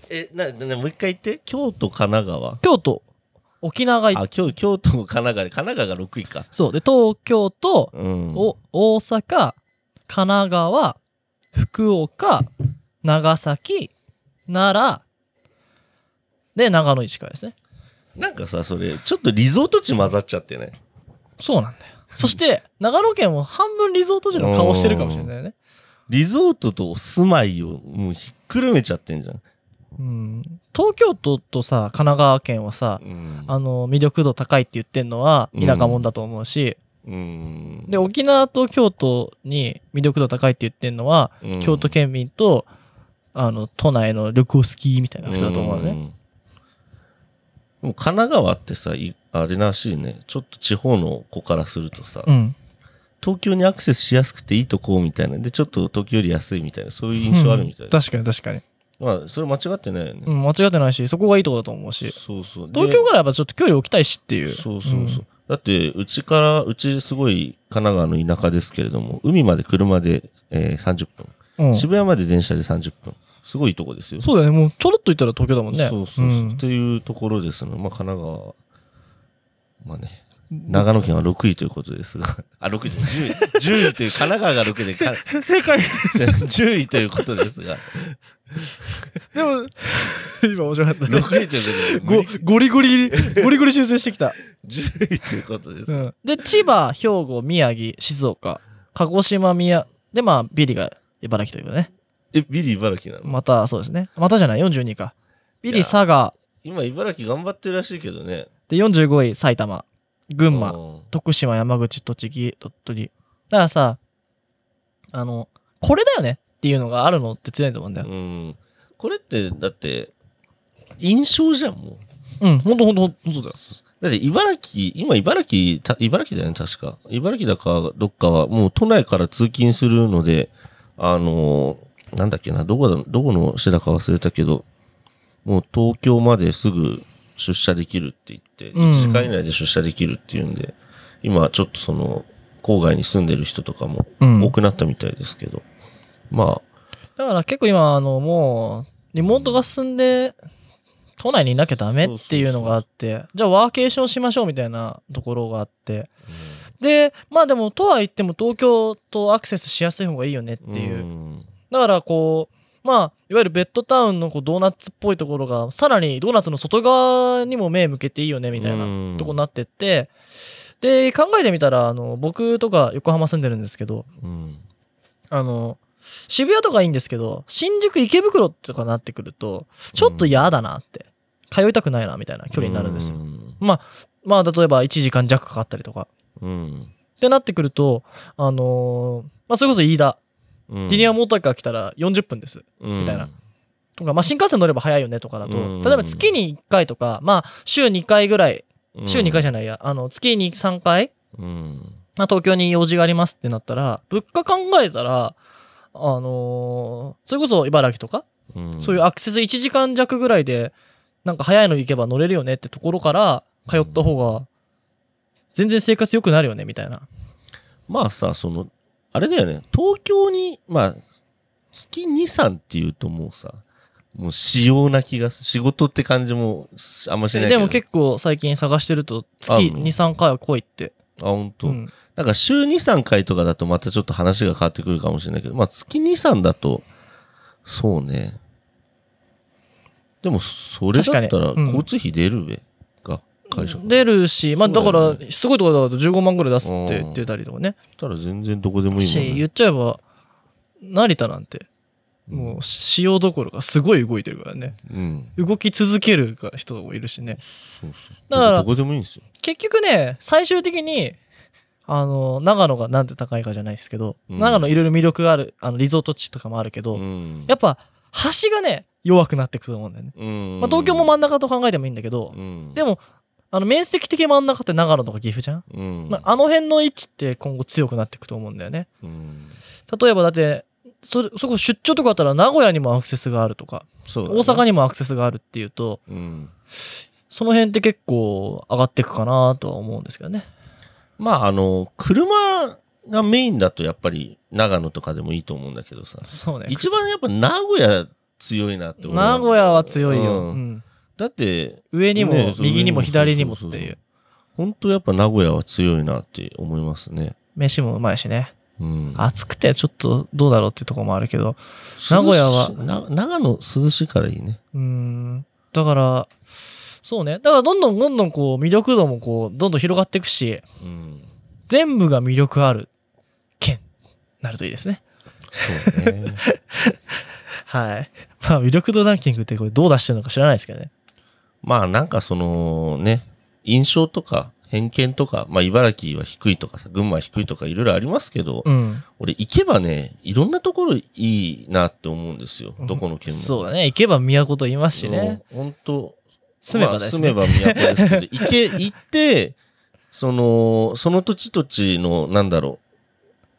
S1: え、な、な、もう一回言って。京都、神奈川。
S2: 京都、沖縄がい
S1: あ、京京都、神奈川で、神奈川が6位か。
S2: そう。で、東京と、
S1: うん。
S2: お大阪、神奈川、福岡、長崎、奈良、で、長野石川ですね。
S1: なんかさ、それ、ちょっとリゾート地混ざっちゃってね。
S2: そうなんだよ。そして、長野県も半分リゾート地の顔してるかもしれないね。
S1: リゾートとお住まいをもうひっくるめちゃってんじゃん。
S2: うん。東京都とさ、神奈川県はさ、
S1: うん。
S2: あの、魅力度高いって言ってんのは田舎者だと思うし、
S1: うん。
S2: で、沖縄と京都に魅力度高いって言ってんのは、
S1: うん
S2: 京都県民と、あの、都内の旅行好きみたいな人だと思うのね。
S1: んでも神奈川ってさ、いあれらしいね。ちょっと地方の子からするとさ、
S2: うん。
S1: 東京にアクセスしやすくていいとこみたいな。で、ちょっと東京より安いみたいな、そういう印象あるみたいな。
S2: 確かに確かに。
S1: まあ、それ間違ってないよね。
S2: うん、間違ってないし、そこがいいとこだと思うし。
S1: そうそう。で
S2: 東京からやっぱちょっと距離置きたいしっていう。
S1: そうそうそう。
S2: ん
S1: だって、うちから、うちすごい神奈川の田舎ですけれども、海まで車で、えー30分、
S2: うん。
S1: 渋谷まで電車で30分。すごいいいとこですよ。
S2: そうだよね。もうちょろっと行ったら東京だもんね。
S1: そうそうそう。
S2: ん
S1: っていうところですの、まあ、神奈川は、まあね、長 野県は6位ということですが、 あ、6位じゃない、10位、10位という、神奈川が6位で、 か
S2: 正解。
S1: 10位ということですが、
S2: でも、 今面白かったね。
S1: 6位ということで無
S2: ご
S1: 理、
S2: ゴリゴリ、 ゴリゴリ修正してきた。
S1: 10位ということです。
S2: うん。で、千葉、兵庫、宮城、静岡、鹿児島、宮、で、まあ、ビリが茨城というかね。
S1: え、ビリ茨城なの、
S2: また、そうですね。またじゃない、42か。ビリ、佐賀、
S1: 今、茨城頑張ってるらしいけどね。
S2: で、45位、埼玉、群馬、
S1: うん
S2: 徳島、山口、栃木、鳥取。だからさ、あの、これだよねっていうのがあるのって強いと思うんだよ。
S1: うん。これって、だって、印象じゃん、もう。
S2: うん、ほんとほんとほんとそうだよ。
S1: だって茨城、今茨城、た茨城だよね、確か。茨城だかどっかは、もう都内から通勤するので、あのーなんだっけな、どこだ、どこの市だか忘れたけど、もう東京まですぐ出社できるって言って、
S2: うん
S1: 1時間以内で出社できるっていうんで、今ちょっとその、郊外に住んでる人とかも
S2: うん
S1: 多くなったみたいですけど、まあ、
S2: だから結構今、あの、もう、リモートが進んで、都内にいなきゃダメっていうのがあって、じゃあワーケーションしましょうみたいなところがあって。で、まあでも、とは言っても東京とアクセスしやすい方がいいよねっていう。
S1: ん
S2: だからこう、まあ、いわゆるベッドタウンのこうドーナツっぽいところが、さらにドーナツの外側にも目向けていいよねみたいな
S1: うん
S2: とこになってって、で、考えてみたら、あの、僕とか横浜住んでるんですけど、
S1: うん
S2: あの、渋谷とかいいんですけど、新宿池袋とかなってくると、ちょっと嫌だなって、通いたくないなみたいな距離になるんですよ。
S1: うん
S2: まあ、例えば1時間弱かかったりとか。
S1: うん
S2: ってなってくると、あのーまあ、それこそ飯田、
S1: うん
S2: リニアモーターカー来たら40分です。
S1: み
S2: たいなとか、まあ、新幹線乗れば早いよねとかだ
S1: うん
S2: と、例えば月に1回とか、まあ、週2回ぐらい、週2回じ
S1: ゃ
S2: ゃないや、あの、月に3回、
S1: うん
S2: まあ、東京に用事がありますってなったら、物価考えたら、あのーそれこそ茨城とか、
S1: うん
S2: そういうアクセス1時間弱ぐらいで、なんか早いの行けば乗れるよねってところから通った方が、全然生活良くなるよねみたいな。
S1: まあさそのあれだよね東京にまあ月23っていうともうさもう仕様な気がす仕事って感じもしあんましないけ
S2: で
S1: ど
S2: でも結構最近探してると、月
S1: あ
S2: 2、
S1: うん
S2: 3回は来いって。
S1: あ本当、
S2: うん
S1: なんか週23回とかだとまたちょっと話が変わってくるかもしれないけどまあ月23だとそうねでもそれだっ
S2: 確か
S1: たら
S2: にうん
S1: 交通費出るべ、が会社から
S2: 出るし、まあ
S1: そうだ
S2: だ
S1: よ
S2: か
S1: ね
S2: ら、すごいところだと15万ぐらい出すって言ってたりとかね。
S1: たら全然どこでもいいも
S2: し、
S1: ん、
S2: 言
S1: ね
S2: っちゃえば、成田なんて、もう仕様どころかすごい動いてるからね。
S1: うん
S2: 動き続ける人もいるしね。
S1: そうそう
S2: だから
S1: どこでもいいんですよ
S2: 結局ね最終的にあの長野がなんて高いかじゃないですけど、
S1: うん
S2: 長野いろいろ魅力があるあのリゾート地とかもあるけど、
S1: うん
S2: やっぱ橋がね弱くなってくると思うんだよね、
S1: うん
S2: まあ、東京も真ん中と考えてもいいんだけど、
S1: うん
S2: でもあの面積的に真ん中って長野とか岐阜じゃん、
S1: うん。
S2: まあ、あの辺の位置って今後強くなっていくと思うんだよね
S1: うん
S2: 例えばだってそれそこ出張とかだったら名古屋にもアクセスがあるとか、
S1: そうだ
S2: 大
S1: ね
S2: 阪にもアクセスがあるっていうと
S1: うん。
S2: その辺って結構上がっていくかなとは思うんですけどね
S1: まあ、あの、車がメインだとやっぱり長野とかでもいいと思うんだけどさ。
S2: そうね
S1: 一番やっぱ名古屋強いなって思う。
S2: 名古屋は強いよ、
S1: うん
S2: うん
S1: だって、
S2: 上に
S1: ね
S2: も
S1: そう
S2: 右に
S1: 上にも
S2: も
S1: そう
S2: 左にもって
S1: そうそう
S2: い
S1: そうう本当やっぱ名古屋は強いなって思いますね。
S2: 飯もうまいしね
S1: うん。
S2: 暑くてちょっとどうだろうっていうところもあるけど名古屋は
S1: 涼しいな長野涼しいからいいね。
S2: うーんだからそうねだからどんどんどんどんこう魅力度もこうどんどん広がっていくし
S1: うん。
S2: 全部が魅力ある県なるといいですね
S1: そう ね。
S2: はい まあ魅力度ランキングってこれどう出してるのか知らないですけどね
S1: まあなんかそのね、印象とか偏見とか、まあ茨城は低いとかさ、群馬は低いとかいろいろありますけど、
S2: うん
S1: 俺行けばね、いろんなところいいなって思うんですよ。どこの県も。
S2: そうだね行けば都と言いますしね
S1: うん。本当
S2: 住めば
S1: ま
S2: で
S1: あ
S2: す
S1: 住
S2: ね、
S1: めば都ですけど、行け、行って、その、その土地土地の、なんだろ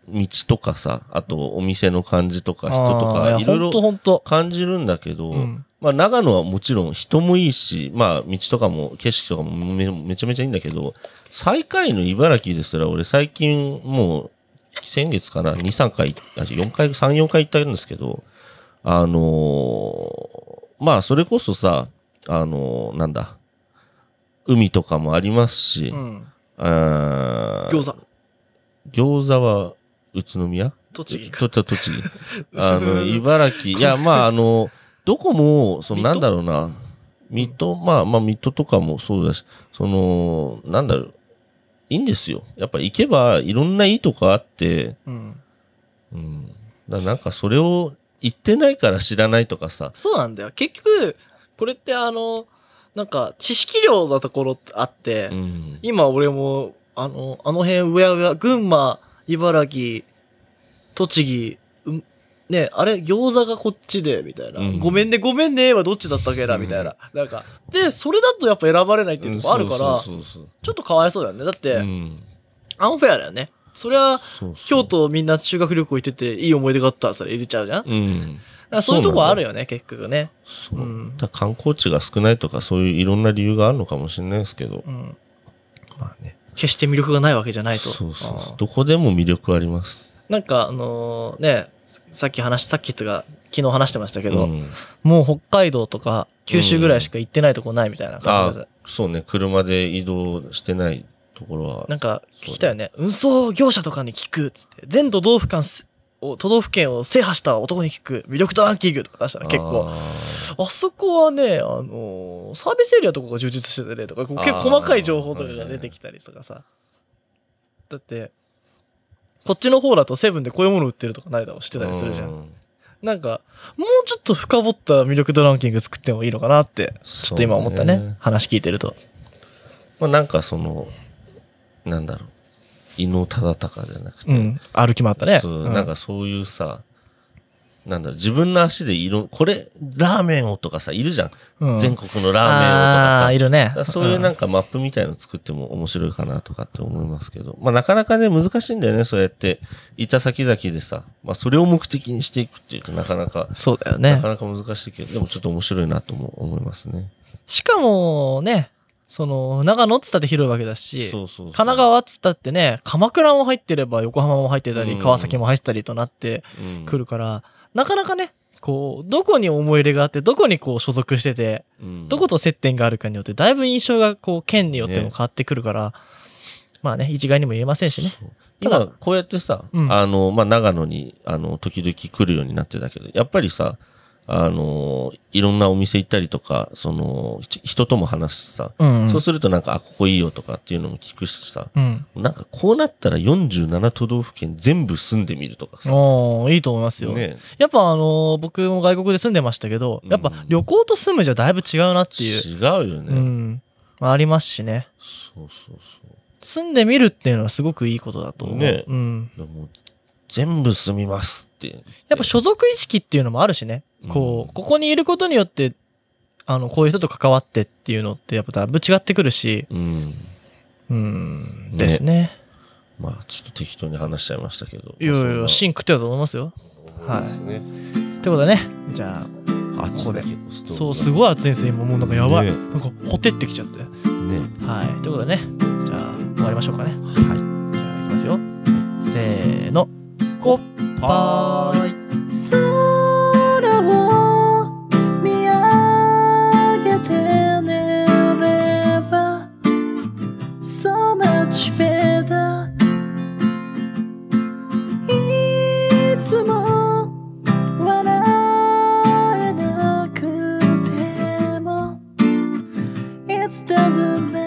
S1: う、道とかさ、あとお店の感じとか人と
S2: あ
S1: か、
S2: ー
S1: いろい
S2: やほんと
S1: ろ
S2: ほんと
S1: 感じるんだけど、
S2: うん
S1: まあ長野はもちろん人もいいし、まあ道とかも景色とかもめめちゃめちゃいいんだけど、最下位の茨城ですら俺最近もう先月かな、2、3回、あ4回、3、4回行ったんですけど、あのーまあそれこそさ、あのーなんだ、海とかもありますし、
S2: うん
S1: あー
S2: 餃子
S1: 餃子は宇都宮
S2: 栃木か
S1: とと栃 木。あの、茨城、いや、まあ、あの、どこも、その、な
S2: 水戸
S1: んだろうな、水戸、まあ、まあ、水戸とかもそうだし、その、なんだろう、いいんですよ。やっぱ行けば、いろんないいとこあって、
S2: うん
S1: うん。だなんか、それを行ってないから知らないとかさ、
S2: そうなんだよ結局これってあのなんか知識量のところってあって、
S1: うん。
S2: 今俺もあのあの辺うやうや群馬茨城栃木うんねあれ餃子がこっちでみたいな、
S1: うん
S2: ごめんねごめんねはどっちだったっけなみたいな、なんかでそれだとやっぱ選ばれないっていうのもあるから、
S1: そうそうそう
S2: ちょっとかわいそうだよねだって、
S1: そう。うん。
S2: アンフェアだよねそれは
S1: そうそう
S2: 京。都みんな修学旅行行ってていい思い出があったらそれ入れちゃうじゃん、だか
S1: うん。
S2: らそういうとこあるよね結局ね
S1: そう。
S2: うん
S1: だ観光地が少ないとか、そういういろんな理由があるのかもしれないですけど、
S2: うん
S1: まあね。
S2: 決して魅力がないわけじゃないと。
S1: そうそうそう
S2: あー
S1: どこでも魅力あります
S2: なんかあのーね、さっき話し、さっきとか昨日話してましたけ
S1: け
S2: ど、
S1: うん
S2: もう北海道とか九州ぐらいしか行ってないとこないみたいな感
S1: あ
S2: じで、
S1: そうね車で移動してないところは
S2: なんか聞きたよね。運送業者とかに聞くっつって、全都道府間すを、都道府県を制覇した男に聞く魅力度ランキングとか出したら結構、
S1: あ
S2: あそこはね、あのーサービスエリアとかが充実しててねとか、こう結構細かい情報とかが出てきたりとかさ。だって、こっちの方だとセブンでこういうもの売ってるとかないだろう知って
S1: ー
S2: たりするじゃん。
S1: う
S2: なんか、もうちょっと深掘った魅力度ランキング作ってもいいのかなって、ちょっと今思ったね。
S1: そうね
S2: 話聞いてると。
S1: まあ、なんかそのなんだろう伊能忠敬じゃなくて、
S2: うん。歩き回ったね。
S1: そう
S2: うん
S1: なんかそういうさなんだろう自分の足でいろこれラーメンをとかさいるじゃん、
S2: うん
S1: 全国のラーメンをとか
S2: あ
S1: さ
S2: あー、いるね
S1: だから。そういうなん
S2: か、
S1: かマップみたいの作っても面白いかなとかって思いますけど、まあなかなかね、難しいんだよね、そうやって、いた先々でさ、まあそれを目的にしていくっていうとなかなか、
S2: そうだよ
S1: な
S2: ね
S1: か。なか難しいけど、でもちょっと面白いなとも思いますね。
S2: しかもね、その、長野っつったって広いわけだし、
S1: そうそうそう。
S2: 神奈川っつったってね、鎌倉も入ってれば横浜も入ってた
S1: う
S2: り、
S1: ん
S2: 川崎も入ってたりとなって
S1: うん
S2: くるから、なかなかね、こう、どこに思い入れがあって、どこにこう所属してて、
S1: うん
S2: どこと接点があるかによって、だいぶ印象がこう、県によっても変わってくるから、まあね、一概にも言えませんしね。
S1: そう
S2: た
S1: 今
S2: だ、
S1: こうやってさ、
S2: うん
S1: あの、まあ、長野に、あの、時々来るようになってたけど、やっぱりさ、あの、いろんなお店行ったりとか、その、ひ人とも話すしさ、
S2: うん
S1: そうするとなんか、あ、ここいいよとかっていうのも聞くしさ、
S2: うん。
S1: なんかこうなったら47都道府県全部住んでみるとかさ。
S2: おーいいと思いますよ。
S1: ね、
S2: やっぱあのー僕も外国で住んでましたけど、やっぱ
S1: うん
S2: 旅行と住むじゃだいぶ違うなっていう、
S1: 違うよね。
S2: うん。まあ、ありますしね。
S1: そうそうそ
S2: 住んでみるっていうのはすごくいいことだと思う。
S1: ね
S2: うん。
S1: う。でも全部住みますって。
S2: やっぱ所属意識っていうのもあるしね。こ
S1: うん
S2: う、ここにいることによって、あのこういう人と関わってっていうのってやっぱだいぶ違ってくるし
S1: うん。
S2: うん
S1: ね
S2: ですね
S1: まあ、ちょっと適当に話しちゃいましたけど。
S2: いやいやいや
S1: ン
S2: シンクってだと思いますよ
S1: はい。ですね。
S2: ってことでねじゃあ
S1: あ
S2: ここで。
S1: 結構
S2: そう
S1: ス
S2: す
S1: トーリー
S2: ごい熱いんですよ今もうなんかやばい、
S1: ね
S2: なんかほてってきちゃって
S1: ね。
S2: はいってことでねじゃあ終わりましょうかね
S1: は
S2: じゃあいきますよせーのこ
S1: い。パーイ。
S3: 空を見上げて寝れば So much better いつも笑えなくても It doesn't matter